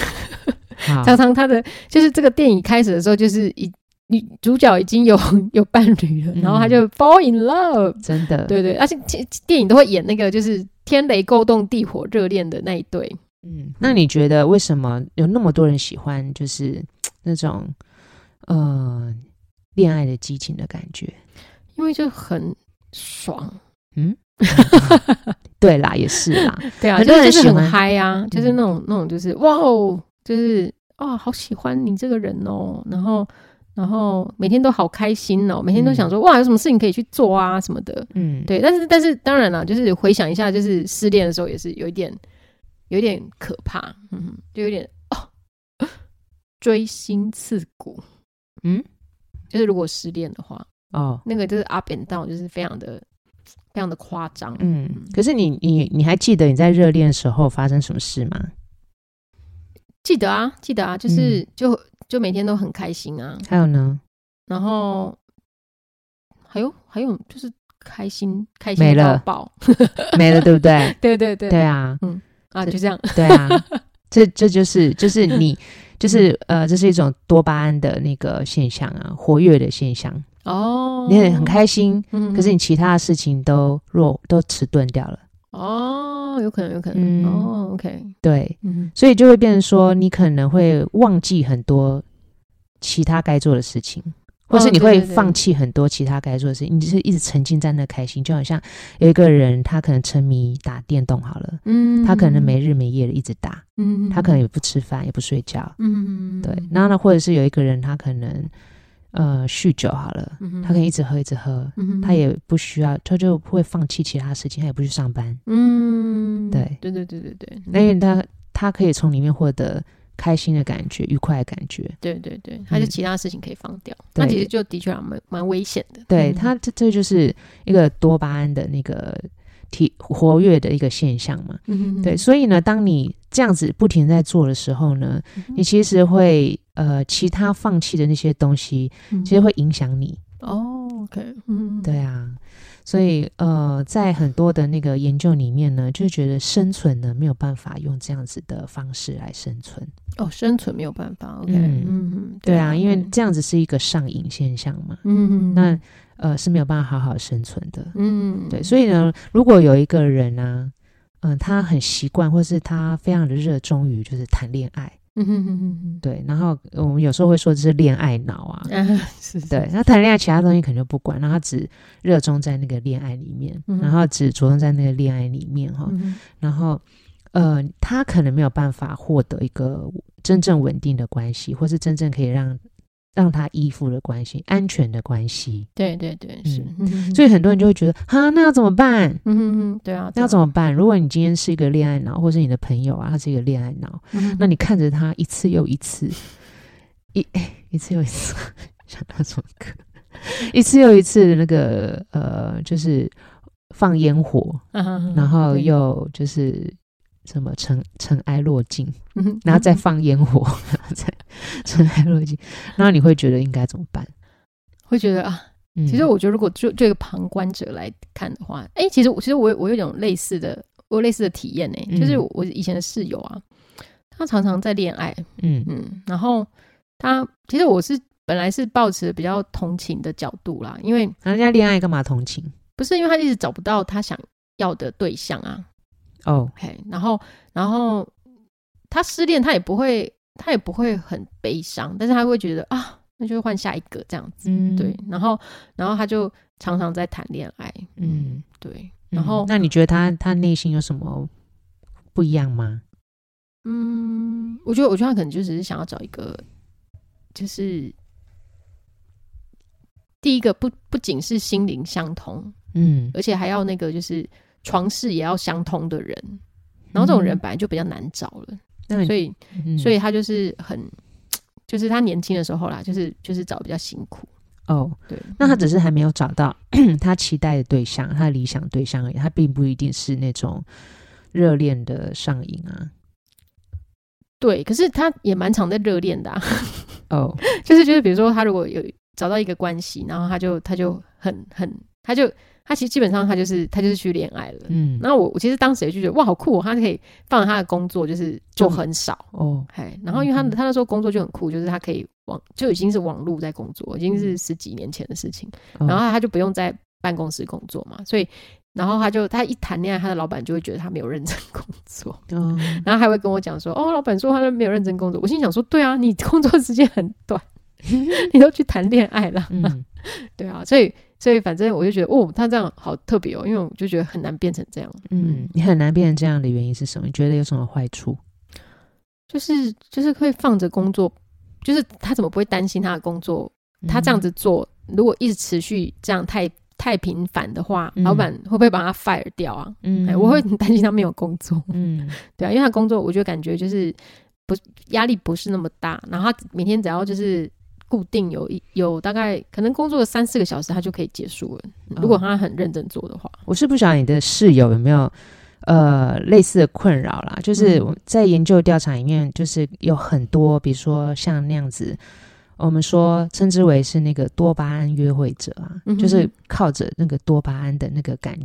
[SPEAKER 2] 好，
[SPEAKER 1] 常常他的就是这个电影开始的时候，就是已女主角已经有 [LAUGHS] 有伴侣了，
[SPEAKER 2] 嗯
[SPEAKER 1] 然后他就 fall in love，
[SPEAKER 2] 真的，
[SPEAKER 1] 对对，而且其其电影都会演那个就是天雷勾动地火热恋的那一对，
[SPEAKER 2] 嗯，那你觉得为什么有那么多人喜欢就是那种呃恋爱的激情的感觉？
[SPEAKER 1] 因为就很爽，
[SPEAKER 2] 嗯，对啦，也是啦，
[SPEAKER 1] 对啊，
[SPEAKER 2] 很多人
[SPEAKER 1] 就是就是
[SPEAKER 2] 喜
[SPEAKER 1] 很
[SPEAKER 2] 欢
[SPEAKER 1] 嗨啊，就是那种那种就是哇哦，就是啊、好喜欢你这个人哦，然后然后每天都好开心哦，每天都想说、哇有什么事情可以去做啊什么的，
[SPEAKER 2] 嗯，
[SPEAKER 1] 对，但是但是当然啦，就是回想一下，就是失恋的时候也是有一点有一点可怕，嗯哼，就有点哦锥心刺骨，
[SPEAKER 2] 嗯，
[SPEAKER 1] 就是如果失恋的话，
[SPEAKER 2] 哦，
[SPEAKER 1] 那个就是 up and down，就是非常的非常的夸张，
[SPEAKER 2] 嗯，可是你你你还记得你在热恋的时候发生什么事吗？
[SPEAKER 1] 记得啊，记得啊，
[SPEAKER 2] 嗯
[SPEAKER 1] 就是、就就每天都很开心啊，
[SPEAKER 2] 还有呢？
[SPEAKER 1] [LAUGHS] 然后还有还有就是开心开
[SPEAKER 2] 没
[SPEAKER 1] 心
[SPEAKER 2] 了
[SPEAKER 1] 到爆，
[SPEAKER 2] 没了，对不对？
[SPEAKER 1] 对对对
[SPEAKER 2] 对啊，
[SPEAKER 1] 啊，就这样，
[SPEAKER 2] 对啊，这这就是就是你就是
[SPEAKER 1] 嗯
[SPEAKER 2] 呃，这是一种多巴胺的那个现象啊，活跃的现象。
[SPEAKER 1] 哦，
[SPEAKER 2] 你很很，开心，
[SPEAKER 1] 嗯
[SPEAKER 2] 可是你其他的事情都弱都迟钝掉了，
[SPEAKER 1] 哦，有可能，有可能，
[SPEAKER 2] 嗯
[SPEAKER 1] 哦，OK，
[SPEAKER 2] 对，
[SPEAKER 1] 嗯
[SPEAKER 2] 所以就会变成说，你可能会忘记很多其他该做的事情。或是
[SPEAKER 1] 哦
[SPEAKER 2] 你
[SPEAKER 1] 对
[SPEAKER 2] 会
[SPEAKER 1] 对对
[SPEAKER 2] 放弃很多其他该做的事情，你就是一直沉浸在那开心，就好像有一个人他可能沉迷打电动好了，
[SPEAKER 1] 嗯
[SPEAKER 2] 他可能没，日没夜的一直打，
[SPEAKER 1] 嗯
[SPEAKER 2] 他可能，也不吃饭，也不睡觉，
[SPEAKER 1] 嗯，
[SPEAKER 2] 对。然后呢，或者是有一个人他可能呃酗酒好了，
[SPEAKER 1] 嗯
[SPEAKER 2] 他可以一直喝一直喝，
[SPEAKER 1] 能
[SPEAKER 2] 他，也不需要，他就不会放弃其他事情，他也不去上班，
[SPEAKER 1] 嗯，
[SPEAKER 2] 对
[SPEAKER 1] 对对对对对，嗯
[SPEAKER 2] 那因为他他可以从里面获得开心的感觉、愉快的感觉，
[SPEAKER 1] 对对对，他就其他事情可以放掉，那
[SPEAKER 2] 嗯对
[SPEAKER 1] 其实就的确还蛮蛮危险的，
[SPEAKER 2] 对
[SPEAKER 1] 嗯
[SPEAKER 2] 他这这就是一个多巴胺的那个提活跃的一个现象嘛。
[SPEAKER 1] 嗯哼哼
[SPEAKER 2] 对，，所以呢，当你这样子不停在做的时候呢，
[SPEAKER 1] 嗯
[SPEAKER 2] 你其实会呃，其他放弃的那些东西，
[SPEAKER 1] 嗯
[SPEAKER 2] 其实会影响你。
[SPEAKER 1] 哦，OK，嗯，
[SPEAKER 2] 对啊，所以呃，在很多的那个研究里面呢，就觉得生存呢没有办法用这样子的方式来生存。
[SPEAKER 1] 哦，生存没有办法，OK，
[SPEAKER 2] 嗯
[SPEAKER 1] 嗯哼，
[SPEAKER 2] 对啊，因为
[SPEAKER 1] 对
[SPEAKER 2] 这样子是一个上瘾现象嘛，
[SPEAKER 1] 嗯，
[SPEAKER 2] 那呃是没有办法好好生存的。
[SPEAKER 1] 嗯，
[SPEAKER 2] 对，所以呢，如果有一个人啊，嗯、他很习惯，或是他非常的热衷于就是谈恋爱，
[SPEAKER 1] 嗯哼哼哼
[SPEAKER 2] 对，然后呃我们有时候会说这是恋爱脑啊，
[SPEAKER 1] 哼，啊， [LAUGHS] 是，是
[SPEAKER 2] 对，，那谈恋爱其他东西可能就不管，然后他只热衷在那个恋爱里面，
[SPEAKER 1] 嗯
[SPEAKER 2] 然后只着重在那个恋爱里面哈，
[SPEAKER 1] 嗯
[SPEAKER 2] 然后呃，他可能没有办法获得一个真正稳定的关系，或是真正可以让让他依附的关系、安全的关系，
[SPEAKER 1] 对对对，是，
[SPEAKER 2] 嗯
[SPEAKER 1] 嗯哼
[SPEAKER 2] 所以很多人就会觉得，哈，那要怎么办？
[SPEAKER 1] 嗯哼哼，对啊，
[SPEAKER 2] 那要
[SPEAKER 1] 对
[SPEAKER 2] 怎
[SPEAKER 1] 啊
[SPEAKER 2] 么办？如果你今天是一个恋爱脑，或是你的朋友啊，他是一个恋爱脑，
[SPEAKER 1] 嗯哼
[SPEAKER 2] 那你看着他一次又一次，一哎一次又一次， [LAUGHS] 想到什么歌？一次又一次的那个呃，就是放烟火，
[SPEAKER 1] 啊哈哈
[SPEAKER 2] 然后
[SPEAKER 1] 对
[SPEAKER 2] 又就是什么尘尘埃落尽，
[SPEAKER 1] 嗯哼
[SPEAKER 2] 然后再
[SPEAKER 1] 嗯哼
[SPEAKER 2] 放烟火， [LAUGHS]
[SPEAKER 1] [LAUGHS]
[SPEAKER 2] 然后再尘埃落尽，然后你会觉得应该怎么办？
[SPEAKER 1] 会觉得啊，
[SPEAKER 2] 嗯，
[SPEAKER 1] 其实我觉得，如果就就一个旁观者来看的话，哎、其实我其实我有我有一种类似的，我有类似的体验呢、
[SPEAKER 2] 嗯
[SPEAKER 1] 就是我我以前的室友啊，他常常在恋爱，
[SPEAKER 2] 嗯
[SPEAKER 1] 嗯，然后他其实我是本来是抱持比较同情的角度啦，因为
[SPEAKER 2] 那人家恋爱干嘛同情？
[SPEAKER 1] 不是因为他一直找不到他想要的对象啊，
[SPEAKER 2] 哦，
[SPEAKER 1] 嘿，然后然后他失恋，他也不会他也不会很悲伤，但是他会觉得啊，那就换下一个这样子，
[SPEAKER 2] 嗯
[SPEAKER 1] 对，，然后然后他就常常在谈恋爱，
[SPEAKER 2] 嗯。
[SPEAKER 1] 对，然后
[SPEAKER 2] 嗯那你觉得他他内心有什么不一样吗？
[SPEAKER 1] 嗯，我觉得我觉得他可能就只是想要找一个，就是第一个不不仅是心灵相通，
[SPEAKER 2] 嗯，
[SPEAKER 1] 而且还要那个就是床事也要相通的人，然后这种
[SPEAKER 2] 嗯
[SPEAKER 1] 人本来就比较难找了，
[SPEAKER 2] 那嗯
[SPEAKER 1] 所
[SPEAKER 2] 以
[SPEAKER 1] 以所以他就是很。就是他年轻的时候啦，就是就是找比较辛苦，
[SPEAKER 2] 哦，
[SPEAKER 1] 对。
[SPEAKER 2] 那他
[SPEAKER 1] 嗯
[SPEAKER 2] 只是还没有找到 [CLEARS THROAT] 他期待的对象，他的理想对象而已，他并不一定是那种热恋的上瘾啊。
[SPEAKER 1] 对，可是他也蛮常在热恋的、啊， [LAUGHS]
[SPEAKER 2] 哦，
[SPEAKER 1] 就是就是，比如说他如果有找到一个关系，然后他就他就很很，他就他其实基本上他就是他就是去恋爱了。
[SPEAKER 2] 嗯，
[SPEAKER 1] 然后我我其实当时也就觉得哇好酷、哦，他可以放他的工作就是
[SPEAKER 2] 就
[SPEAKER 1] 就很少，
[SPEAKER 2] 哦，
[SPEAKER 1] 哎，然后因为他
[SPEAKER 2] 嗯嗯
[SPEAKER 1] 他那时候工作就很酷，就是他可以网就已经是网络在工作，已经
[SPEAKER 2] 嗯
[SPEAKER 1] 是十几年前的事情，
[SPEAKER 2] 哦
[SPEAKER 1] 然后他就不用在办公室工作嘛，所以然后他就他一谈恋爱，他的老板就会觉得他没有认真工作， [LAUGHS]
[SPEAKER 2] 哦
[SPEAKER 1] 然后还会跟我讲说，哦，老板说他没有认真工作。我心想说，对啊，你 [LAUGHS] 工作时间很短，你都去谈恋爱了，
[SPEAKER 2] 嗯，
[SPEAKER 1] 对啊，所以所以反正我就觉得，哦，他这样好特别哦，因为我就觉得很难变成这样， [LAUGHS]
[SPEAKER 2] 嗯，你很难变成这样的原因是什么？你觉得有什么坏处？
[SPEAKER 1] 就是就是会放着工作，就是他怎么不会担心他的工作？他这样
[SPEAKER 2] 嗯
[SPEAKER 1] 子做，如果一直持续这样太太频繁的话，
[SPEAKER 2] 嗯
[SPEAKER 1] 老板会不会把他 fire 掉啊？
[SPEAKER 2] 嗯，
[SPEAKER 1] 哎
[SPEAKER 2] 嗯，
[SPEAKER 1] 我会很担心他没有工作。
[SPEAKER 2] 嗯
[SPEAKER 1] 对啊，因为他工作，我就感觉就是不压力不是那么大，然后他每天只要就是固定有一有大概可能工作三四个小时，他就可以结束了。
[SPEAKER 2] 嗯
[SPEAKER 1] 如果他很认真做的话，
[SPEAKER 2] 我是不晓得你的室友有没有呃类似的困扰啦，就是
[SPEAKER 1] 嗯
[SPEAKER 2] 我在研究调查里面，就是有很多，比如说像那样子，我们说称之为是那个多巴胺约会者啊，
[SPEAKER 1] 嗯哼
[SPEAKER 2] 就是靠着那个多巴胺的那个感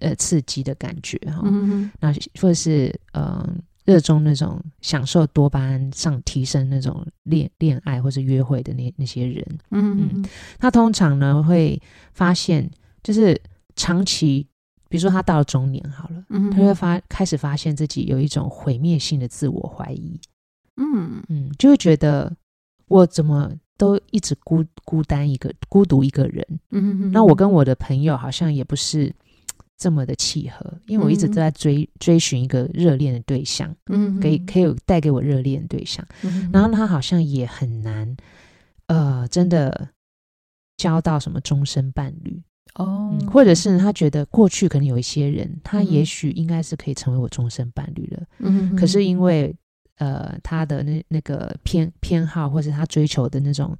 [SPEAKER 2] 呃刺激的感觉哈，
[SPEAKER 1] 嗯
[SPEAKER 2] 那、或者是呃。热衷那种享受多巴胺上提升那种恋恋爱或者约会的那那些人，
[SPEAKER 1] 嗯嗯
[SPEAKER 2] 他通常呢会发现，就是长期，比如说他到了中年好了，
[SPEAKER 1] 嗯，
[SPEAKER 2] 他会发开始发现自己有一种毁灭性的自我怀疑，
[SPEAKER 1] 嗯
[SPEAKER 2] 嗯，就会觉得我怎么都一直孤孤单一个孤独一个人，
[SPEAKER 1] 嗯，
[SPEAKER 2] 那我跟我的朋友好像也不是。嘖这么的契合，因为我一直
[SPEAKER 1] 嗯
[SPEAKER 2] 都在追、追寻一个热恋的对象，
[SPEAKER 1] 嗯
[SPEAKER 2] 可以嗯可以有带给我热恋的对象。然后他好像也很难，呃，真的交到什么终身伴侣，
[SPEAKER 1] 哦
[SPEAKER 2] 嗯，，或者是他觉得过去可能有一些人，他
[SPEAKER 1] 嗯
[SPEAKER 2] 也许应该是可以成为我终身伴侣的，
[SPEAKER 1] 嗯，
[SPEAKER 2] 可是因为呃他的那那个偏偏好或是他追求的那种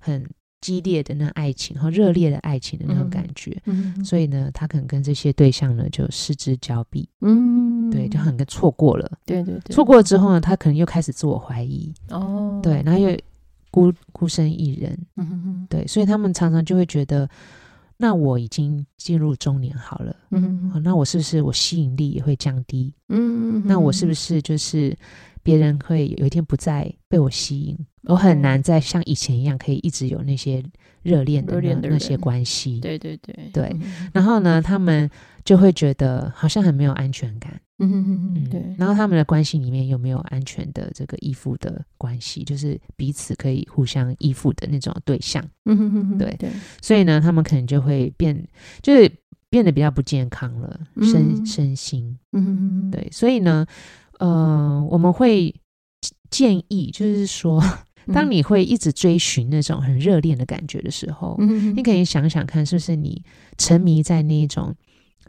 [SPEAKER 2] 很激烈的那爱情和热烈的爱情的那种
[SPEAKER 1] 嗯
[SPEAKER 2] 感觉。
[SPEAKER 1] 嗯
[SPEAKER 2] 所以呢，他可能跟这些对象呢就失之交臂，
[SPEAKER 1] 嗯，
[SPEAKER 2] 对，就很跟错过了，
[SPEAKER 1] 对对对，
[SPEAKER 2] 错过了之后呢，他可能又开始自我怀疑，
[SPEAKER 1] 哦，
[SPEAKER 2] 对，然后又孤孤身一人，
[SPEAKER 1] 嗯哼
[SPEAKER 2] 对，所以他们常常就会觉得，那我已经进入中年好了，
[SPEAKER 1] 哼，嗯
[SPEAKER 2] 哦
[SPEAKER 1] 哼
[SPEAKER 2] 那我是不是我吸引力也会降低？
[SPEAKER 1] 嗯，
[SPEAKER 2] 那我是不
[SPEAKER 1] 是
[SPEAKER 2] 是就是别人会有一天不再被我吸引？我很
[SPEAKER 1] 哦
[SPEAKER 2] 难再像以前一样可以一直有那些热恋的
[SPEAKER 1] 热恋
[SPEAKER 2] 那
[SPEAKER 1] 的
[SPEAKER 2] 那些
[SPEAKER 1] 人
[SPEAKER 2] 关系。
[SPEAKER 1] 对对对
[SPEAKER 2] 对
[SPEAKER 1] 嗯
[SPEAKER 2] 然后呢，他们就会觉得好像很没有安全感。
[SPEAKER 1] 嗯哼嗯，对，
[SPEAKER 2] 然后他们的关系里面有没有安全的这个依附的关系，就是彼此可以互相依附的那种对象。
[SPEAKER 1] 嗯哼哼哼
[SPEAKER 2] 对
[SPEAKER 1] 对，
[SPEAKER 2] 所以呢，他们可能就会变，就是变得比较不健康了，身
[SPEAKER 1] 嗯
[SPEAKER 2] 身心。
[SPEAKER 1] 嗯哼哼哼，
[SPEAKER 2] 对，所以呢，呃，我们会建议，就是说，
[SPEAKER 1] 嗯，
[SPEAKER 2] 当你会一直追寻那种很热恋的感觉的时候，
[SPEAKER 1] 嗯哼哼
[SPEAKER 2] 你可以想想看，是不是你沉迷在那一种，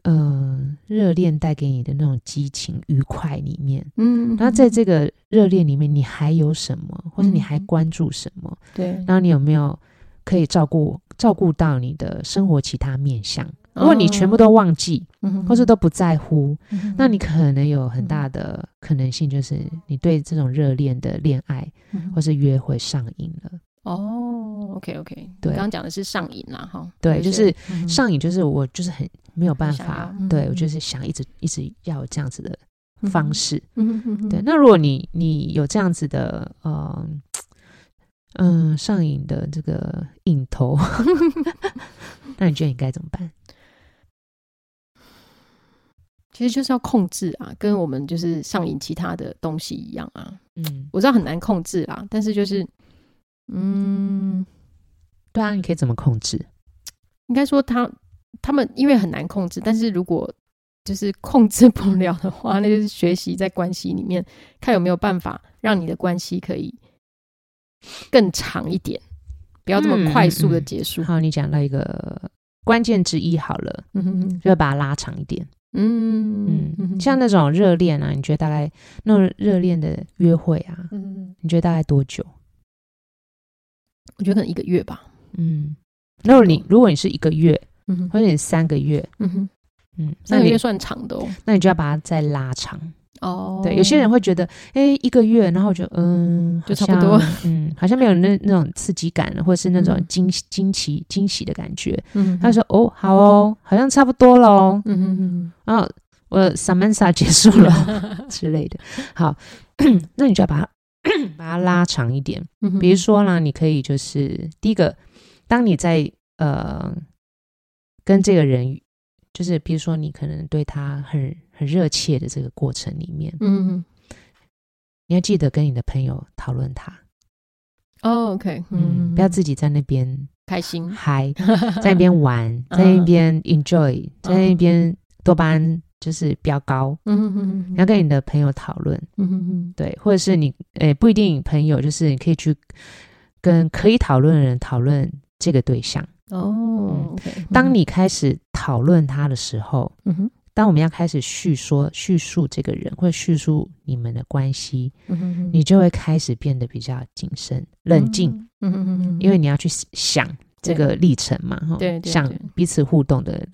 [SPEAKER 2] 呃，热恋带给你的那种激情、愉快里面。
[SPEAKER 1] 嗯，
[SPEAKER 2] 然后在这个热恋里面，你还有什么，或者你还
[SPEAKER 1] 嗯
[SPEAKER 2] 关注什么？
[SPEAKER 1] 对，
[SPEAKER 2] 然后你有没有可以照顾照顾到你的生活其他面向？如果你全部都忘记，
[SPEAKER 1] 哦嗯，
[SPEAKER 2] 或是都不在乎，
[SPEAKER 1] 嗯哼
[SPEAKER 2] 那
[SPEAKER 1] 哼
[SPEAKER 2] 你可能有很
[SPEAKER 1] 嗯
[SPEAKER 2] 大的可能性，就是你对这种热恋的恋爱
[SPEAKER 1] 嗯哼
[SPEAKER 2] 或是约会上瘾了。
[SPEAKER 1] 哦，OK OK，
[SPEAKER 2] 对
[SPEAKER 1] 刚刚讲的是上瘾啦，哈，
[SPEAKER 2] 对
[SPEAKER 1] 有一
[SPEAKER 2] 就是
[SPEAKER 1] 些嗯哼
[SPEAKER 2] 上瘾就是我就是很没有办
[SPEAKER 1] 想
[SPEAKER 2] 法
[SPEAKER 1] 要，
[SPEAKER 2] 对
[SPEAKER 1] 嗯
[SPEAKER 2] 我
[SPEAKER 1] 嗯
[SPEAKER 2] 就是想一直一直要有这样子的
[SPEAKER 1] 嗯
[SPEAKER 2] 方
[SPEAKER 1] 哼，
[SPEAKER 2] 式。
[SPEAKER 1] 嗯哼哼哼
[SPEAKER 2] 对，，那如果你你有这样子的呃嗯、上瘾的这个瘾头，
[SPEAKER 1] [LAUGHS]
[SPEAKER 2] 那你觉得你该怎么办？
[SPEAKER 1] 其实就是要控制啊，跟我们就是上瘾其他的东西一样啊，
[SPEAKER 2] 嗯，
[SPEAKER 1] 我知道很难控制啦，但是就是，嗯，
[SPEAKER 2] 对啊，你可以怎么控制？
[SPEAKER 1] 应该说他他们因为很难控制，但是如果就是控制不了的话，那就是学习在关系里面看有没有办法让你的关系可以更长一点，不要这么
[SPEAKER 2] 嗯
[SPEAKER 1] 快速的
[SPEAKER 2] 嗯嗯
[SPEAKER 1] 结束。 [LAUGHS]
[SPEAKER 2] 好，你讲到一个关键之一好了，
[SPEAKER 1] 嗯哼
[SPEAKER 2] 就把它拉长一点。
[SPEAKER 1] 嗯
[SPEAKER 2] 嗯，像那种热恋啊，你觉得大概那种热恋的约会啊，
[SPEAKER 1] 嗯，
[SPEAKER 2] 你觉得大概多久？
[SPEAKER 1] 我觉得可能一个月吧。
[SPEAKER 2] 嗯，如果你如果你是一个月，
[SPEAKER 1] 嗯哼，
[SPEAKER 2] 或者你三个月，
[SPEAKER 1] 嗯哼，
[SPEAKER 2] 嗯，那
[SPEAKER 1] 三个
[SPEAKER 2] 你
[SPEAKER 1] 月算长的哦。
[SPEAKER 2] 那你就要把它再拉长。
[SPEAKER 1] 哦
[SPEAKER 2] 对，有些人会觉得，哎、一个月，然后就嗯，
[SPEAKER 1] 就
[SPEAKER 2] 好
[SPEAKER 1] 差不多
[SPEAKER 2] 像，嗯，好像没有那那种刺激感，或者是那种
[SPEAKER 1] 嗯
[SPEAKER 2] 惊喜惊奇惊喜的感觉。
[SPEAKER 1] 嗯哼，
[SPEAKER 2] 他就说，哦，好哦，好像差不多了哦，
[SPEAKER 1] 嗯哼嗯
[SPEAKER 2] 然后哦我 Samantha 结束了之类的。好， [CLEARS THROAT] 那你就要把它 [CLEARS THROAT] 把它拉长一点。
[SPEAKER 1] 嗯哼，
[SPEAKER 2] 比如说啦，你可以就是第一个，当你在呃跟这个人，就是比如说你可能对他很很热切的这个过程里面，
[SPEAKER 1] 嗯哼，
[SPEAKER 2] 你要记得跟你的朋友讨论他，
[SPEAKER 1] 哦，OK，
[SPEAKER 2] 嗯，不要自己在那边
[SPEAKER 1] 开心，
[SPEAKER 2] 嗨，在那边玩，在那边 enjoy，在那边多巴胺就是飙高，
[SPEAKER 1] [LAUGHS] 嗯哼嗯哼
[SPEAKER 2] 你要跟你的朋友讨论。
[SPEAKER 1] 嗯哼嗯
[SPEAKER 2] 对，或者是你，诶、不一定朋友，就是你可以去跟可以讨论的人讨论这个对象。
[SPEAKER 1] 哼，哦，OK，
[SPEAKER 2] 当你开始讨论他的时候，
[SPEAKER 1] 嗯哼
[SPEAKER 2] 当我们要开始叙说、叙述这个人，或者叙述你们的关系，
[SPEAKER 1] 嗯哼嗯哼，
[SPEAKER 2] 你就会开始变得比较谨慎、冷静，
[SPEAKER 1] 嗯哼，嗯哼嗯哼，
[SPEAKER 2] 因为你要去想这个历程嘛，哈，
[SPEAKER 1] 对对
[SPEAKER 2] 想
[SPEAKER 1] 对
[SPEAKER 2] 彼此互动的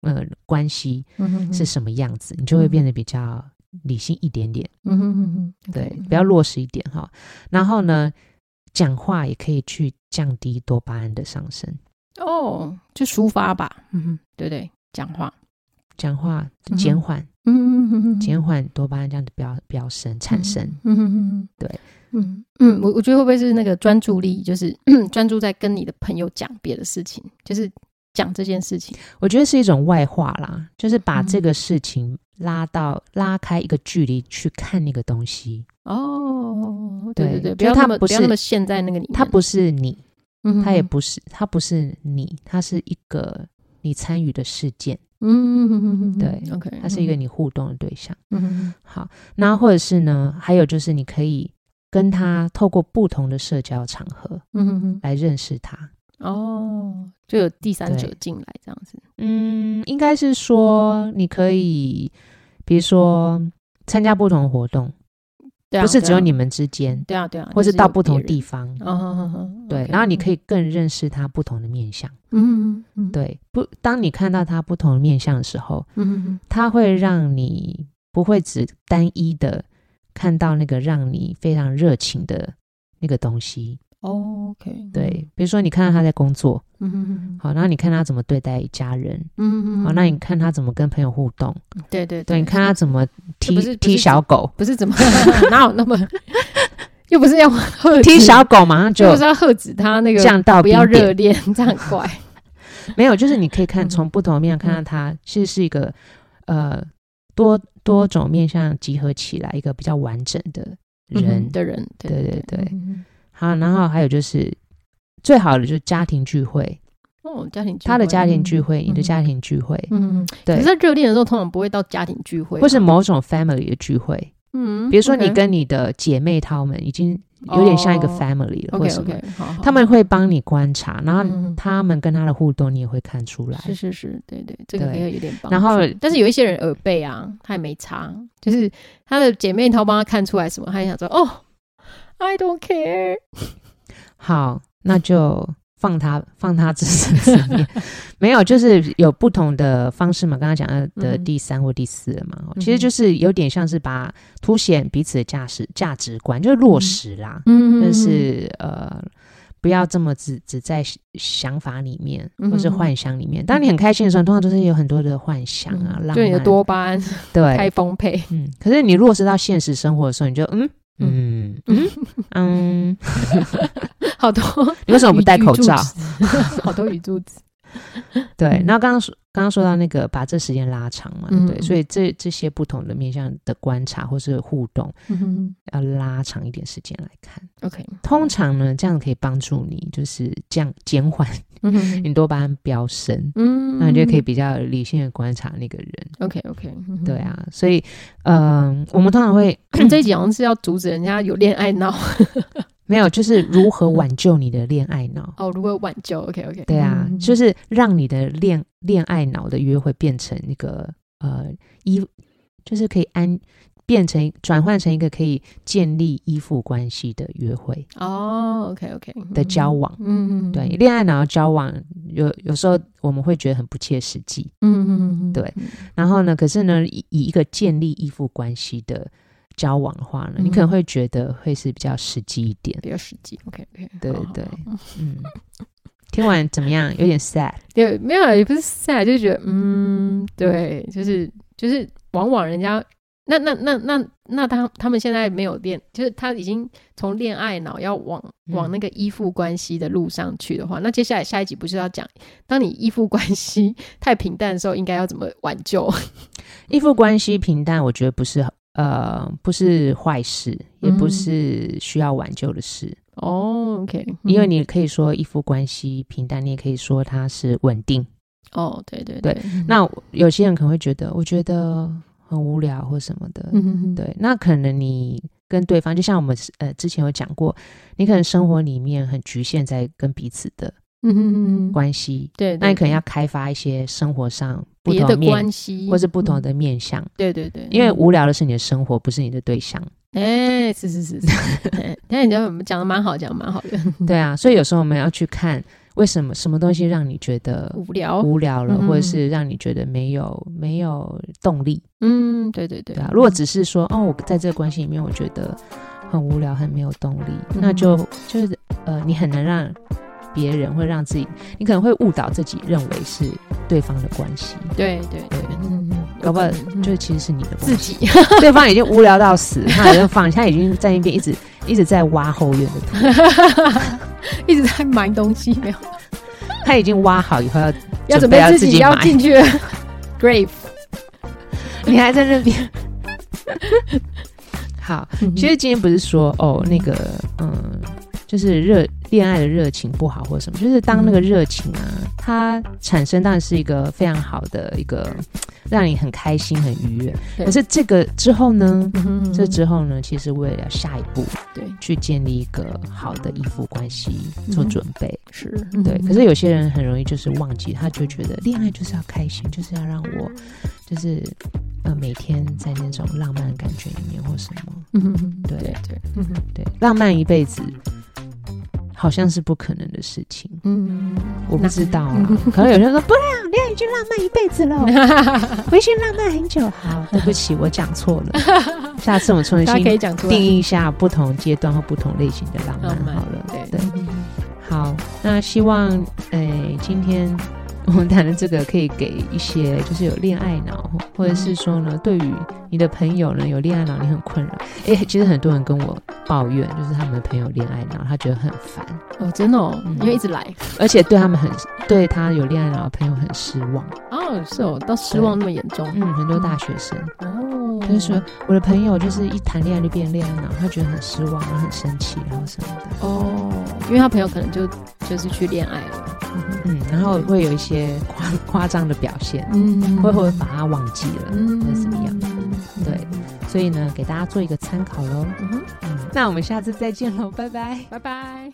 [SPEAKER 2] 呃关系
[SPEAKER 1] 嗯哼嗯哼
[SPEAKER 2] 是什么样子，你就会变得比较理性一点点。
[SPEAKER 1] 嗯哼嗯哼，嗯
[SPEAKER 2] 对，比较落实一点哈。然后呢，讲话也可以去降低多巴胺的上升。
[SPEAKER 1] 哦，就抒发吧，嗯哼，对不对？讲话，
[SPEAKER 2] 讲话
[SPEAKER 1] 嗯
[SPEAKER 2] 减缓，
[SPEAKER 1] 嗯嗯嗯嗯，
[SPEAKER 2] 减缓多巴胺这样的飙飙升产生。
[SPEAKER 1] 嗯哼嗯哼，
[SPEAKER 2] 对，
[SPEAKER 1] 嗯嗯，我我觉得会不会是那个专注力，就是专注在跟你的朋友讲别的事情，就是讲这件事情，
[SPEAKER 2] 我觉得是一种外化啦，就是把
[SPEAKER 1] 嗯
[SPEAKER 2] 这个事情拉到拉开一个距离去看那个东西，
[SPEAKER 1] 哦，对对对，
[SPEAKER 2] 对
[SPEAKER 1] 不
[SPEAKER 2] 就
[SPEAKER 1] 要
[SPEAKER 2] 它
[SPEAKER 1] 那么
[SPEAKER 2] 不
[SPEAKER 1] 不要
[SPEAKER 2] 是
[SPEAKER 1] 那么陷在那个里面，
[SPEAKER 2] 它不是你，
[SPEAKER 1] 嗯哼，
[SPEAKER 2] 它也不是，它不是你，它是一个你参与的事件，
[SPEAKER 1] 嗯，嗯哼嗯哼，
[SPEAKER 2] 对
[SPEAKER 1] ，OK，
[SPEAKER 2] 它是一个你互动的对象。
[SPEAKER 1] 嗯哼，嗯
[SPEAKER 2] 好，那或者是呢，还有就是你可以跟他透过不同的社交场合
[SPEAKER 1] 哼嗯哼
[SPEAKER 2] 来认识他。
[SPEAKER 1] 嗯，哦，就有第三者
[SPEAKER 2] 对
[SPEAKER 1] 进来这样子，
[SPEAKER 2] 嗯，应该是说你可以，比如说参加不同的活动，
[SPEAKER 1] 对啊，
[SPEAKER 2] 不是只有你
[SPEAKER 1] 们，
[SPEAKER 2] 们之间，
[SPEAKER 1] 对啊对啊，
[SPEAKER 2] 或
[SPEAKER 1] 就是
[SPEAKER 2] 到不同
[SPEAKER 1] 地，
[SPEAKER 2] 地方，
[SPEAKER 1] 哦，好好好
[SPEAKER 2] 对，
[SPEAKER 1] OK，嗯
[SPEAKER 2] 然后你可
[SPEAKER 1] 以，
[SPEAKER 2] 以更认识他不同的面相。
[SPEAKER 1] 嗯嗯嗯，
[SPEAKER 2] 对，不，当你看到他不同的面相的时候，
[SPEAKER 1] 嗯，嗯嗯
[SPEAKER 2] 他会让你不会只单一的看到那个让你非常热情的那个东西。
[SPEAKER 1] 哦，OK，
[SPEAKER 2] 对，比如说你看到他在工作，
[SPEAKER 1] 嗯，嗯嗯
[SPEAKER 2] 好，然后你看他怎么对待家人，
[SPEAKER 1] 嗯嗯，
[SPEAKER 2] 好，那你看他怎么跟朋友互动，
[SPEAKER 1] 对对
[SPEAKER 2] 对，你看他怎么踢
[SPEAKER 1] 不是不
[SPEAKER 2] 踢
[SPEAKER 1] 是
[SPEAKER 2] 小狗，
[SPEAKER 1] 不是怎么 [LAUGHS] 哪有那么，又不是要呵
[SPEAKER 2] 踢
[SPEAKER 1] 止
[SPEAKER 2] 小狗马上
[SPEAKER 1] 又
[SPEAKER 2] 就
[SPEAKER 1] 不是要呵止他那个
[SPEAKER 2] 降到
[SPEAKER 1] 不要
[SPEAKER 2] 冰点
[SPEAKER 1] 热恋，这样很怪，
[SPEAKER 2] 没有，就是你可以看
[SPEAKER 1] 嗯
[SPEAKER 2] 从不同的面向看到它，其实是一个呃多多种面向集合起来一个比较完整的人
[SPEAKER 1] 嗯。 [LAUGHS] 的人，对
[SPEAKER 2] 对
[SPEAKER 1] 对
[SPEAKER 2] 对对
[SPEAKER 1] 嗯嗯
[SPEAKER 2] 好，然后还有就是最好的就是家庭聚会，
[SPEAKER 1] 哦，家庭聚
[SPEAKER 2] 他的家庭聚
[SPEAKER 1] 会，
[SPEAKER 2] 会，你的
[SPEAKER 1] 嗯
[SPEAKER 2] 家庭聚会，
[SPEAKER 1] 嗯，嗯可
[SPEAKER 2] 对
[SPEAKER 1] 是，在热恋的时候，通常不会到家庭聚会啊，
[SPEAKER 2] 或是某种 family 的聚会，
[SPEAKER 1] 嗯，
[SPEAKER 2] 比如说你
[SPEAKER 1] OK
[SPEAKER 2] 跟你的姐妹她们已经有点像一个
[SPEAKER 1] 哦
[SPEAKER 2] family 了，或
[SPEAKER 1] OK
[SPEAKER 2] 什么，
[SPEAKER 1] OK，好，好
[SPEAKER 2] 他们会帮你观察，然后
[SPEAKER 1] 嗯嗯
[SPEAKER 2] 他们跟他的互动你也会看出来。
[SPEAKER 1] 是是是，对对，这个
[SPEAKER 2] 对
[SPEAKER 1] 也有有点帮助。
[SPEAKER 2] 然后
[SPEAKER 1] 但是有一些人耳背啊，他也没差，就是他的姐妹淘帮他看出来什么，他也想说哦，I don't care。
[SPEAKER 2] 好，那就放他放他自生自灭。 [LAUGHS] 没有，就是有不同的方式嘛。刚刚讲到的
[SPEAKER 1] 嗯
[SPEAKER 2] 第三或第四了嘛，哦
[SPEAKER 1] 嗯
[SPEAKER 2] 其实就是有点像是把凸显彼此的价值价值观，就是落实啦。
[SPEAKER 1] 嗯
[SPEAKER 2] 但是呃，不要这么只只在想法里面
[SPEAKER 1] 嗯
[SPEAKER 2] 或是幻想里面。当你很开心的时候，通常都是有很多的幻想啊，浪
[SPEAKER 1] 就你的
[SPEAKER 2] 漫
[SPEAKER 1] 嗯多巴胺太
[SPEAKER 2] 对，
[SPEAKER 1] 丰沛，
[SPEAKER 2] 嗯。可是你落实到现实生活的时候，你就嗯。嗯
[SPEAKER 1] [LAUGHS]
[SPEAKER 2] 嗯嗯，
[SPEAKER 1] 好多
[SPEAKER 2] 你为什么不戴口罩？
[SPEAKER 1] 语助词 [LAUGHS] 好多语助词。
[SPEAKER 2] 对，
[SPEAKER 1] 嗯
[SPEAKER 2] 那刚刚说刚刚说到那个把这时间拉长嘛，对不对，
[SPEAKER 1] 嗯
[SPEAKER 2] 所以这这些不同的面向的观察或是互动，
[SPEAKER 1] 嗯
[SPEAKER 2] 要拉长一点时间来看。
[SPEAKER 1] OK，
[SPEAKER 2] 通常呢，这样可以帮助你就是降减缓 [LAUGHS]
[SPEAKER 1] 嗯哼
[SPEAKER 2] 你多巴胺飙升，
[SPEAKER 1] 嗯
[SPEAKER 2] 那你就可以比较理性的观察那个人。
[SPEAKER 1] OK OK，
[SPEAKER 2] 对。啊，所以嗯、我们通常会
[SPEAKER 1] 我们这一集好像是要阻止人家有恋爱脑
[SPEAKER 2] 没有就是如何挽救你的恋爱脑。
[SPEAKER 1] 哦，如何挽救？OK 嗯 OK，
[SPEAKER 2] 对啊，就是让你的恋恋爱脑的约会变成一个呃依，就是可以安变成转换成一个可以建立依附关系的约会
[SPEAKER 1] 哦，OK OK
[SPEAKER 2] 的交，往。
[SPEAKER 1] 嗯嗯，嗯
[SPEAKER 2] 对，，恋爱脑的交往有有时候我们会觉得很不切实际，
[SPEAKER 1] 嗯嗯嗯，
[SPEAKER 2] 对然后呢，可是呢，以以一个建立依附关系的交往的话呢，你可能
[SPEAKER 1] 嗯
[SPEAKER 2] 会觉得会是比较实际一点。
[SPEAKER 1] 比较实际。OK OK，
[SPEAKER 2] 对对，嗯，听完怎么样？有点 sad。
[SPEAKER 1] 对，没有也不是 sad，就觉得嗯，对，就是就是往往人家那那那那那他他们现在没有恋，就是他已经从恋爱脑要往
[SPEAKER 2] 嗯
[SPEAKER 1] 往那个依附关系的路上去的话，那接下来下一集不是要讲，当你依附关系太平淡的时候，应该要怎么挽
[SPEAKER 2] [LAUGHS]
[SPEAKER 1] 救？
[SPEAKER 2] 依附关
[SPEAKER 1] 嗯
[SPEAKER 2] 系平淡，我觉得不是呃不是坏事，也不
[SPEAKER 1] 嗯
[SPEAKER 2] 是需要挽救的事，
[SPEAKER 1] 哦，OK，
[SPEAKER 2] 因为你可以说依附关系平淡，你也可以说它是稳定。
[SPEAKER 1] 哦，对对
[SPEAKER 2] 对，嗯那我有些人可能会觉得，我觉得很无聊或什么的，
[SPEAKER 1] 嗯嗯嗯，
[SPEAKER 2] 对，那可能你。跟对方，就像我们呃之前有讲过，你可能生活里面很局限在跟彼此的
[SPEAKER 1] 嗯嗯嗯嗯，
[SPEAKER 2] 关系，
[SPEAKER 1] 对，
[SPEAKER 2] 那你
[SPEAKER 1] 对
[SPEAKER 2] 可能要开发一些生活上不
[SPEAKER 1] 别
[SPEAKER 2] 同
[SPEAKER 1] 的
[SPEAKER 2] 面
[SPEAKER 1] 关，系
[SPEAKER 2] 或是不同，
[SPEAKER 1] 嗯
[SPEAKER 2] 的面向，
[SPEAKER 1] 对对对，
[SPEAKER 2] 因为
[SPEAKER 1] 嗯
[SPEAKER 2] 无聊的是你的生活，不是你的对象。 [LAUGHS]
[SPEAKER 1] 哎、是是是是， [LAUGHS] 哎但你讲得讲的蛮好，讲的蛮好的，
[SPEAKER 2] 对啊，所以有时候我们要去看为什么什么东西让你觉得
[SPEAKER 1] 无聊，
[SPEAKER 2] 无聊了，
[SPEAKER 1] 嗯
[SPEAKER 2] 或者是让你觉得没有没有动力，
[SPEAKER 1] 嗯，对对对，
[SPEAKER 2] 对啊。如果只是说哦，我在这个关系里面我觉得很无聊，很没有动力，
[SPEAKER 1] 嗯
[SPEAKER 2] 那就就是呃，你很难让别人会让自己，你可能会误导自己认为是对方的关系，
[SPEAKER 1] 对对对，嗯，嗯
[SPEAKER 2] 搞不好
[SPEAKER 1] 有可能
[SPEAKER 2] 就
[SPEAKER 1] 嗯
[SPEAKER 2] 其实是你的关
[SPEAKER 1] 自
[SPEAKER 2] 系。
[SPEAKER 1] 己， [LAUGHS]
[SPEAKER 2] 对方已经无聊到死，他已经放，他已经在那边一直一直在挖后院的土，
[SPEAKER 1] 一直在埋东西，没有，
[SPEAKER 2] 他已经挖好以后要
[SPEAKER 1] 要准
[SPEAKER 2] 准备要
[SPEAKER 1] 备
[SPEAKER 2] 自
[SPEAKER 1] 自
[SPEAKER 2] 己
[SPEAKER 1] 己要
[SPEAKER 2] 埋
[SPEAKER 1] 进去 [LAUGHS] grave，
[SPEAKER 2] 你还在那边。好，
[SPEAKER 1] 嗯
[SPEAKER 2] 其实今天不是说哦，那个嗯，就是热恋爱的热情不好或什么，就是当那个热情啊，它产生当然是一个非常好的一个，让你很开心、很愉悦。
[SPEAKER 1] 对
[SPEAKER 2] 可是这个之后呢？
[SPEAKER 1] 嗯
[SPEAKER 2] 这之后呢，其实为了下一步
[SPEAKER 1] 对
[SPEAKER 2] 去建立一个好的依附关系做
[SPEAKER 1] 嗯
[SPEAKER 2] 准备，
[SPEAKER 1] 是嗯
[SPEAKER 2] 对，可是有些人很容易就是忘记，他就觉得恋爱就是要开心，就是要让我就是呃每天在那种浪漫的感觉里面或什么，
[SPEAKER 1] 嗯哼哼，
[SPEAKER 2] 对
[SPEAKER 1] 对对，嗯哼
[SPEAKER 2] 对，浪漫一辈子好像是不可能的事情，
[SPEAKER 1] 嗯，
[SPEAKER 2] 我不知道啦。 [LAUGHS] 可能有些人说不啦，恋爱已经浪漫一辈子了，
[SPEAKER 1] [LAUGHS]
[SPEAKER 2] 我已经浪漫很久。好，对不起，我讲错了，下次我们重
[SPEAKER 1] [LAUGHS] 大家
[SPEAKER 2] 新
[SPEAKER 1] 可以讲出来
[SPEAKER 2] 定义一下不同阶段或不同类型的浪漫
[SPEAKER 1] 浪漫
[SPEAKER 2] 好了。
[SPEAKER 1] 对
[SPEAKER 2] 对，好，那希望诶、今天我们谈的这个可以给一些就是有恋爱脑，或者是说呢，对于你的朋友呢有恋爱脑，你很困扰。诶、其实很多人跟我抱怨，就是他们的朋友恋爱脑，他觉得很烦，
[SPEAKER 1] 哦，真的哦
[SPEAKER 2] 嗯，
[SPEAKER 1] 因为一直来，
[SPEAKER 2] 而且对他们很对他有恋爱脑的朋友很失望。
[SPEAKER 1] 哦，是哦，到失望那么严重，
[SPEAKER 2] 嗯，很多大学生
[SPEAKER 1] 哦，
[SPEAKER 2] 嗯就是说，我的朋友就是一谈恋爱就变恋爱脑，他觉得很失望，然后很生气，然后什么的。
[SPEAKER 1] 哦，因为他朋友可能就就是去恋爱了，
[SPEAKER 2] 嗯，然后会有一些夸夸张的表现，
[SPEAKER 1] 嗯
[SPEAKER 2] 会会把他忘记了，
[SPEAKER 1] 嗯
[SPEAKER 2] 或者怎么样。对，
[SPEAKER 1] 嗯
[SPEAKER 2] 所以呢，给大家做一个参考喽。
[SPEAKER 1] 嗯哼，
[SPEAKER 2] 嗯，那我们下次再见喽，拜拜。
[SPEAKER 1] 拜拜。